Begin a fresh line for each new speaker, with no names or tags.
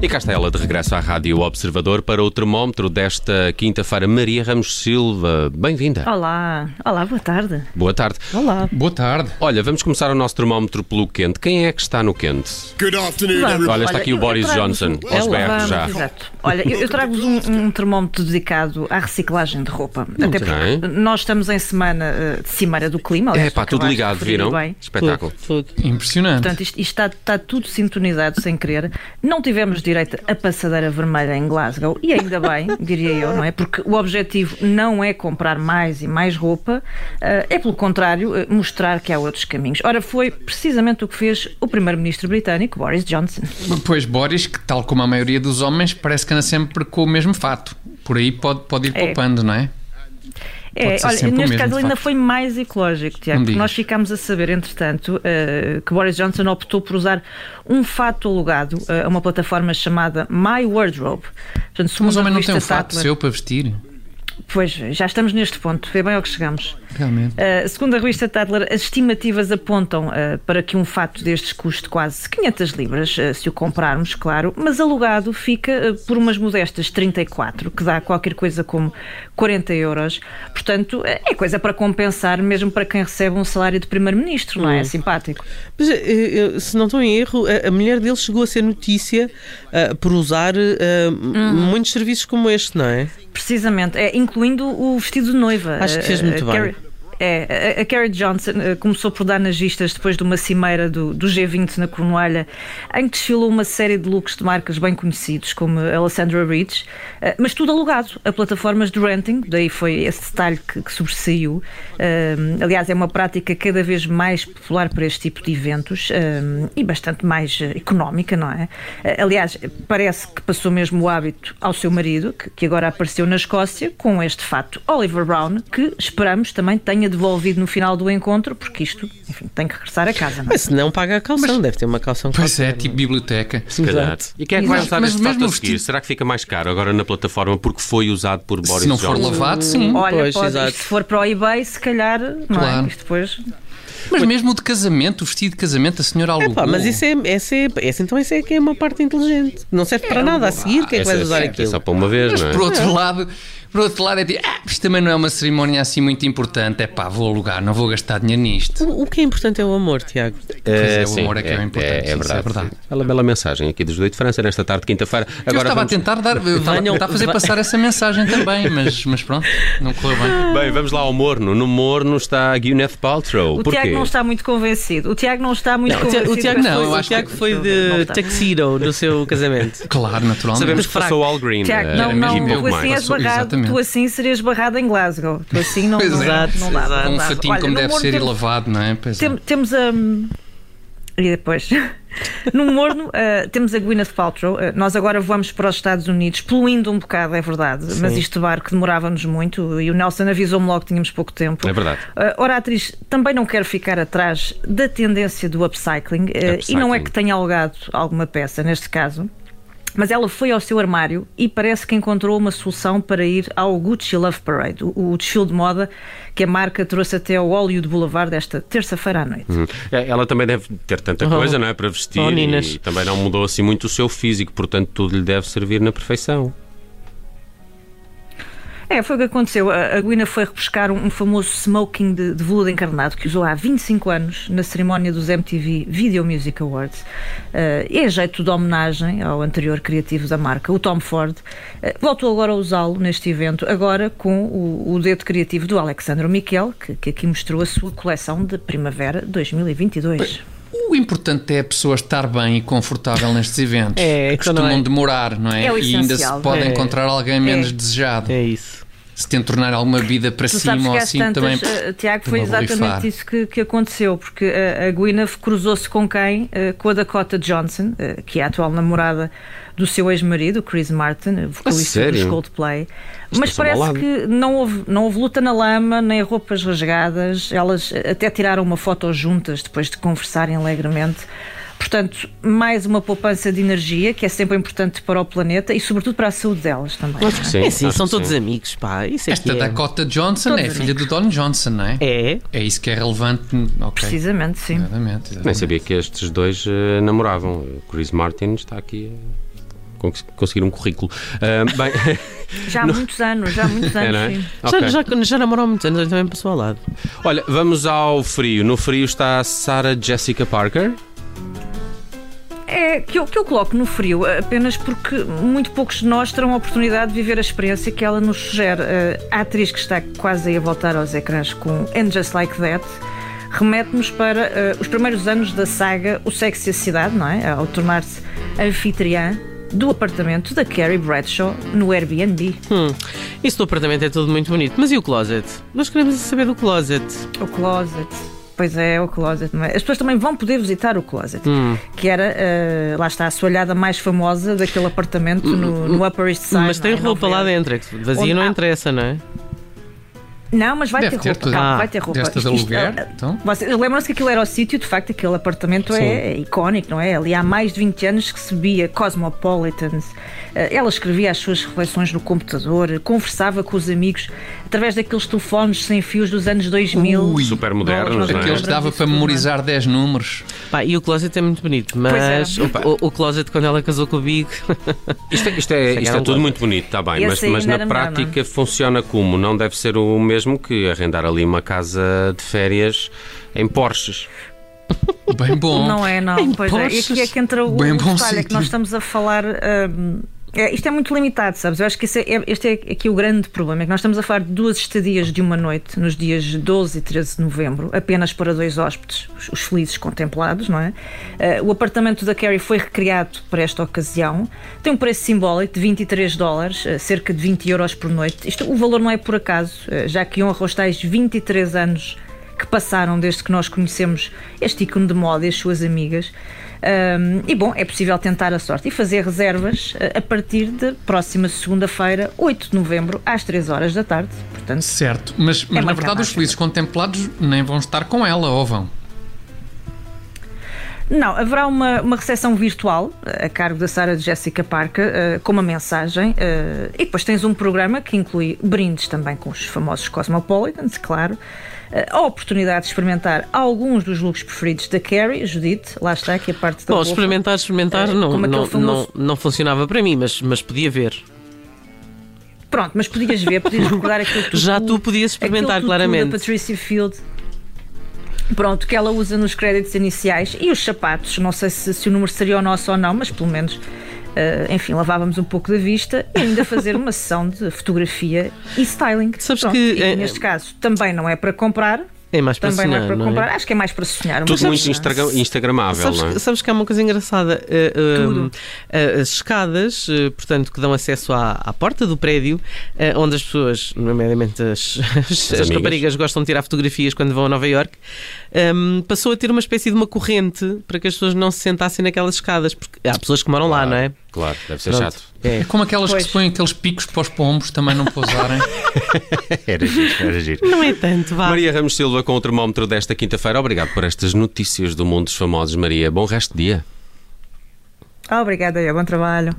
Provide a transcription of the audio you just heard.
E cá está ela de regresso à Rádio Observador para o termómetro desta quinta-feira. Maria Ramos Silva, bem-vinda.
Ah. Olá, olá, boa tarde.
Boa tarde.
Olá.
Boa tarde.
Olha, vamos começar o nosso termómetro pelo quente. Quem é que está no quente?
Good afternoon,
Vamos.
everybody.
Olha, está aqui o
eu-
Boris
eu trago-vos
Johnson,
um-
aos
Olá,
berros
vamos,
já.
Exato. Olha, eu, eu trago-vos um, um termómetro dedicado à reciclagem de roupa. Até porque
bem.
nós estamos em semana eh, de cimeira do clima. aliás,
É pá,
tu
tudo
acabaste de
ligado,
referir
viram?
bem.
Espetáculo.
Impressionante.
Portanto, isto, isto está, está tudo sintonizado sem querer. Não tivemos direito a passadeira vermelha em Glasgow, e ainda bem, diria eu, não é? Porque o objetivo não é comprar mais e mais roupa, eh, é pelo contrário, eh, mostrar que há outros caminhos. Ora, foi precisamente o que fez o primeiro-ministro britânico, Boris Johnson.
Pois Boris, que tal como a maioria dos homens, parece que anda sempre com o mesmo fato. Por aí pode, pode ir
É.
poupando, não é?
É,
Pode ser
olha,
sempre o
neste
mesmo,
caso
de
ainda
facto.
foi mais ecológico, Tiago,
Não
porque
digas.
nós ficámos a saber, entretanto, eh, que Boris Johnson optou por usar um fato alugado eh, a uma plataforma chamada My Wardrobe. Portanto, segundo
Mas o homem
a
não tem um
revista
fato
Tatler-
seu para vestir.
Pois, já estamos neste ponto, vê bem ao que chegamos.
Realmente.
Uh, segundo a revista Tadler, as estimativas apontam uh, para que um fato destes custe quase 500 libras, uh, se o comprarmos, claro, mas alugado fica uh, por umas modestas 34, que dá qualquer coisa como 40 euros. Portanto, uh, é coisa para compensar, mesmo para quem recebe um salário de primeiro-ministro, não é? Simpático.
Mas, eh, eh, se não estou em erro, a- a mulher dele chegou a ser notícia ah, por usar ah, m- muitos serviços como este, não é?
Precisamente, é, incluindo o vestido de noiva.
Acho que fez
A- a-
muito
a
bem.
Carrie- É, a- a Carrie Johnson eh, começou por dar nas vistas depois de uma cimeira do, do G20 na Cornualha, em que desfilou uma série de looks de marcas bem conhecidos, como a Alessandra Rich, eh, mas tudo alugado a plataformas de renting, daí foi esse detalhe que, que sobressaiu. Ahm, aliás, é uma prática cada vez mais popular para este tipo de eventos ahm, e bastante mais eh, económica, não é? Eh, aliás, parece que passou mesmo o hábito ao seu marido, que, que agora apareceu na Escócia, com este fato Oliver Brown, que esperamos também tenha devolvido no final do encontro, porque isto, enfim, tem que regressar a casa, não é?
Mas se não paga a calção, deve ter uma calção
Pois é,
qualquer,
tipo biblioteca.
Se calhar. E quem é que vai
Mas-
usar
mas
este
mesmo
fato a
o
seguir?
vestido-
Será que fica mais caro agora na plataforma porque foi usado por Boris
Se não for
Johnson?
lavado, é sim.
Olha,
pois,
pode,
exato.
isto se for para o eBay, se calhar, não
Claro.
é? Isto depois
Mas mesmo o de casamento, o vestido de casamento, a senhora
não é?
alugou.
Epá, mas isso é, essa é- essa então essa é que é uma parte inteligente. Não serve para nada a seguir, o que é que
Essa-
vais usar
essa É
aquilo?
só para uma vez,
Mas
não é?
por outro lado, por outro lado é tipo, ah, isto também não é uma cerimónia assim muito importante. É pá, vou alugar, não vou gastar dinheiro nisto.
O, o que é importante é o amor, Tiago.
Pois é, o
sim,
amor é que é o importante,
É,
sim, isso é
verdade.
verdade.
sim. Bela, bela mensagem aqui do Judeu de França nesta tarde de quinta-feira.
Eu
Agora
estava
vamos...
a tentar dar, eu estava a
Venham-
tentar fazer passar essa mensagem também, mas, mas pronto, não correu bem.
Bem, vamos lá ao Morno. No Morno está Gwyneth Paltrow.
O
Porquê?
Tiago não está muito convencido. O Tiago não está muito
O Tiago,
convencido.
o Tiago
Não,
foi,
eu
o
acho que-
Tiago foi
Não
de
está.
tuxedo no seu casamento.
Claro, naturalmente.
Sabemos que
Fraco.
passou all green.
Tiago,
eh,
não,
mas
não,
e pouco
tu assim
mais.
és barrado,
Exatamente.
tu assim serias barrado em Glasgow. Tu assim não,
Pois
não,
é.
dá, não dá.
Exato.
não
um
dá.
fatinho
Olha,
como
no
deve
morno
ser e
temos-
lavado, não é? Pois é.
tem- Temos a. E depois, no morno, ah, temos a Gwyneth Paltrow. Ah, nós agora voamos para os Estados Unidos, poluindo um bocado, é verdade, mas isto barco demorava-nos muito e o Nelson avisou-me logo que tínhamos pouco tempo.
É verdade.
Ah, ora, a atriz também não quer ficar atrás da tendência do upcycling, eh, e não é
Upcycling.
que tenha alugado alguma peça neste caso. Mas ela foi ao seu armário e parece que encontrou uma solução para ir ao Gucci Love Parade, o, o desfile de moda que a marca trouxe até ao Hollywood Boulevard desta terça-feira à noite.
Hum. É, Ela também deve ter tanta
Oh.
coisa, não é? Para vestir
Oh, Ninas.
e também não mudou assim muito o seu físico, portanto tudo lhe deve servir na perfeição.
É, foi o que aconteceu. A a Guina foi repescar um, um famoso smoking de, de veludo encarnado que usou há 25 anos na cerimónia dos MTV Video Music Awards. Eh, e a jeito de homenagem ao anterior criativo da marca, o Tom Ford, eh, voltou agora a usá-lo neste evento, agora com o, o dedo criativo do Alexandre Miquel, que, que aqui mostrou a sua coleção de primavera 2022.
O importante é a pessoa estar bem e confortável nestes eventos.
É,
que
então não
costumam
é.
demorar, não é?
É o
e ainda se
essencial.
pode
É.
encontrar alguém menos
É.
desejado.
É isso.
se tem de tornar alguma vida para
Tu sabes
cima
que
ou
às
assim
tantas,
também.
eh, Tiago, foi
não vou
exatamente
rifar.
isso que, que aconteceu, porque eh, a Gwyneth cruzou-se com quem? Eh, com a Dakota Johnson, eh, que é a atual namorada do seu ex-marido, Chris Martin, eh, vocalista dos
sério?
Coldplay. Mas
Estão-se ao
parece
lado.
que não houve, não houve luta na lama, nem roupas rasgadas, elas eh, até tiraram uma foto juntas depois de conversarem alegremente. Portanto, mais uma poupança de energia, que é sempre importante para o planeta e, sobretudo, para a saúde delas também.
Acho que
sim,
é sim,
acho
são
que
todos
sim.
amigos, pá. Isso é
Esta
que é.
Dakota Johnson
eh, Todos
é filha do Don Johnson, não é?
É.
É isso que é relevante. Ok.
Precisamente, sim.
Exatamente, exatamente.
Nem sabia que estes dois eh, namoravam. O Chris Martin está aqui a con- conseguir um currículo. Ah, bem,
Já há muitos anos, já há muitos
é, não
anos,
é?
sim.
Ok.
Já, já, já namorou há muitos anos, ele também passou ao lado.
Olha, vamos ao frio. No frio está a Sarah Jessica Parker.
É, que eu, que eu coloco no frio, apenas porque muito poucos de nós terão a oportunidade de viver a experiência que ela nos sugere. Eh, A atriz que está quase aí a voltar aos ecrãs com And Just Like That remete-nos para eh, os primeiros anos da saga O Sexo e a Cidade, não é? Ao tornar-se anfitriã do apartamento da Carrie Bradshaw no Airbnb.
Hum. Isso do apartamento é tudo muito bonito. Mas e o closet? Nós queremos saber do closet.
O closet. Pois é, o closet. não é? As pessoas também vão poder visitar o closet,
Hum.
que era, eh, lá está, a soalhada mais famosa daquele apartamento no, no Upper East Side.
Hum. mas tem
não é? Em
roupa
Nova
lá
Iorque.
dentro, é que vazia
Onde
não
há-
interessa, não é?
Não, mas vai
Deve
ter
ter
roupa.
tudo.
calma,
Ah,
vai ter roupa.
destas de aluguer,
ah,
então?
vocês- Lembram-se que aquilo era o sítio, de facto, aquele apartamento é icónico, não é? Ali há mais de 20 anos que se via Cosmopolitans. Ah, Ela escrevia as suas reflexões no computador, conversava com os amigos através daqueles telefones sem fios dos anos 2000.
Ui,
super modernos, não é?
Aqueles que dava para memorizar 10 números.
Pá, e o closet é muito bonito, mas
Pois é.
o- o, o closet quando ela casou com o Big.
Isto, é- isto é,
Sim,
isto
era
é
um
tudo
bom.
muito bonito, está bem,
Esse
mas,
assim
ainda
mas na
era
é?
melhor,
prática funciona como? Não deve ser o mesmo que arrendar ali uma casa de férias em Porsches.
Bem bom.
Não é, não.
Em
pois é. E
Porsches.
aqui é que entra o
Bem
o detalhe,
bom
é que
sítio.
nós estamos a falar. hum, é, isto é muito limitado, sabes? Eu acho que esse é, é- este é aqui o grande problema, é que nós estamos a falar de duas estadias de uma noite, nos dias 12 e 13 de novembro, apenas para dois hóspedes, os, os felizes contemplados, não é? Eh, o apartamento da Carrie foi recriado para esta ocasião, tem um preço simbólico de 23 dólares, eh, cerca de 20 euros por noite. Isto, o valor não é por acaso, eh, já que honra os tais 23 anos que passaram desde que nós conhecemos este ícone de moda e as suas amigas. Ahm, e bom, é possível tentar a sorte e fazer reservas eh, a partir da próxima segunda-feira, 8 de novembro, às 3 horas da tarde. Portanto,
Certo, mas, mas na
É uma
verdade os
camacha.
felizes contemplados nem vão estar com ela, ou vão?
Não, haverá uma, uma recepção virtual eh, a cargo da Sara Jessica Parker, eh, com uma mensagem, eh, e depois tens um programa que inclui brindes também com os famosos Cosmopolitans, claro, eh, a oportunidade de experimentar alguns dos looks preferidos da Carrie, Judith, lá está aqui a parte da
Bom,
roupa.
experimentar, experimentar
É,
não,
como aquele
não,
famoso-
não, não funcionava para mim, mas, mas podia ver.
Pronto, mas podias ver, podias recordar aquele tutu,
Já tu podias experimentar,
aquele tutu
claramente.
da Patricia Field. Pronto, que ela usa nos créditos iniciais e os sapatos. Não sei se, se o número seria o nosso ou não, mas pelo menos, eh, enfim, lavávamos um pouco da vista e ainda fazer uma sessão de fotografia e styling.
Sabes
Pronto,
que,
e
eh,
neste caso também não é para comprar,
É mais para
também não é
sonhar,
para
não
comprar.
é?
Acho que é mais para sonhar. um
Tudo
bocadinho,
muito
não é?
instagra- instagramável,
Sabes,
não é?
que- sabes que há uma coisa engraçada? uh, um,
Tudo.
uh, as escadas, uh, portanto, que dão acesso à, à porta do prédio, uh, onde as pessoas, nomeadamente as, as, as
amigas.
raparigas, gostam de tirar fotografias quando vão a Nova Iorque, um, passou a ter uma espécie de uma corrente para que as pessoas não se sentassem naquelas escadas, porque há pessoas que moram lá, não é?
Claro, deve ser
Pronto.
chato.
É.
É como aquelas
Pois.
que se põem aqueles picos para os pombos também não pousarem.
Era giro, era giro.
Não é tanto, vá.
Maria Ramos Silva com o termómetro desta quinta-feira. Obrigado por estas notícias do mundo dos famosos, Maria. Bom resto de dia.
Ah, obrigada, eu, bom trabalho.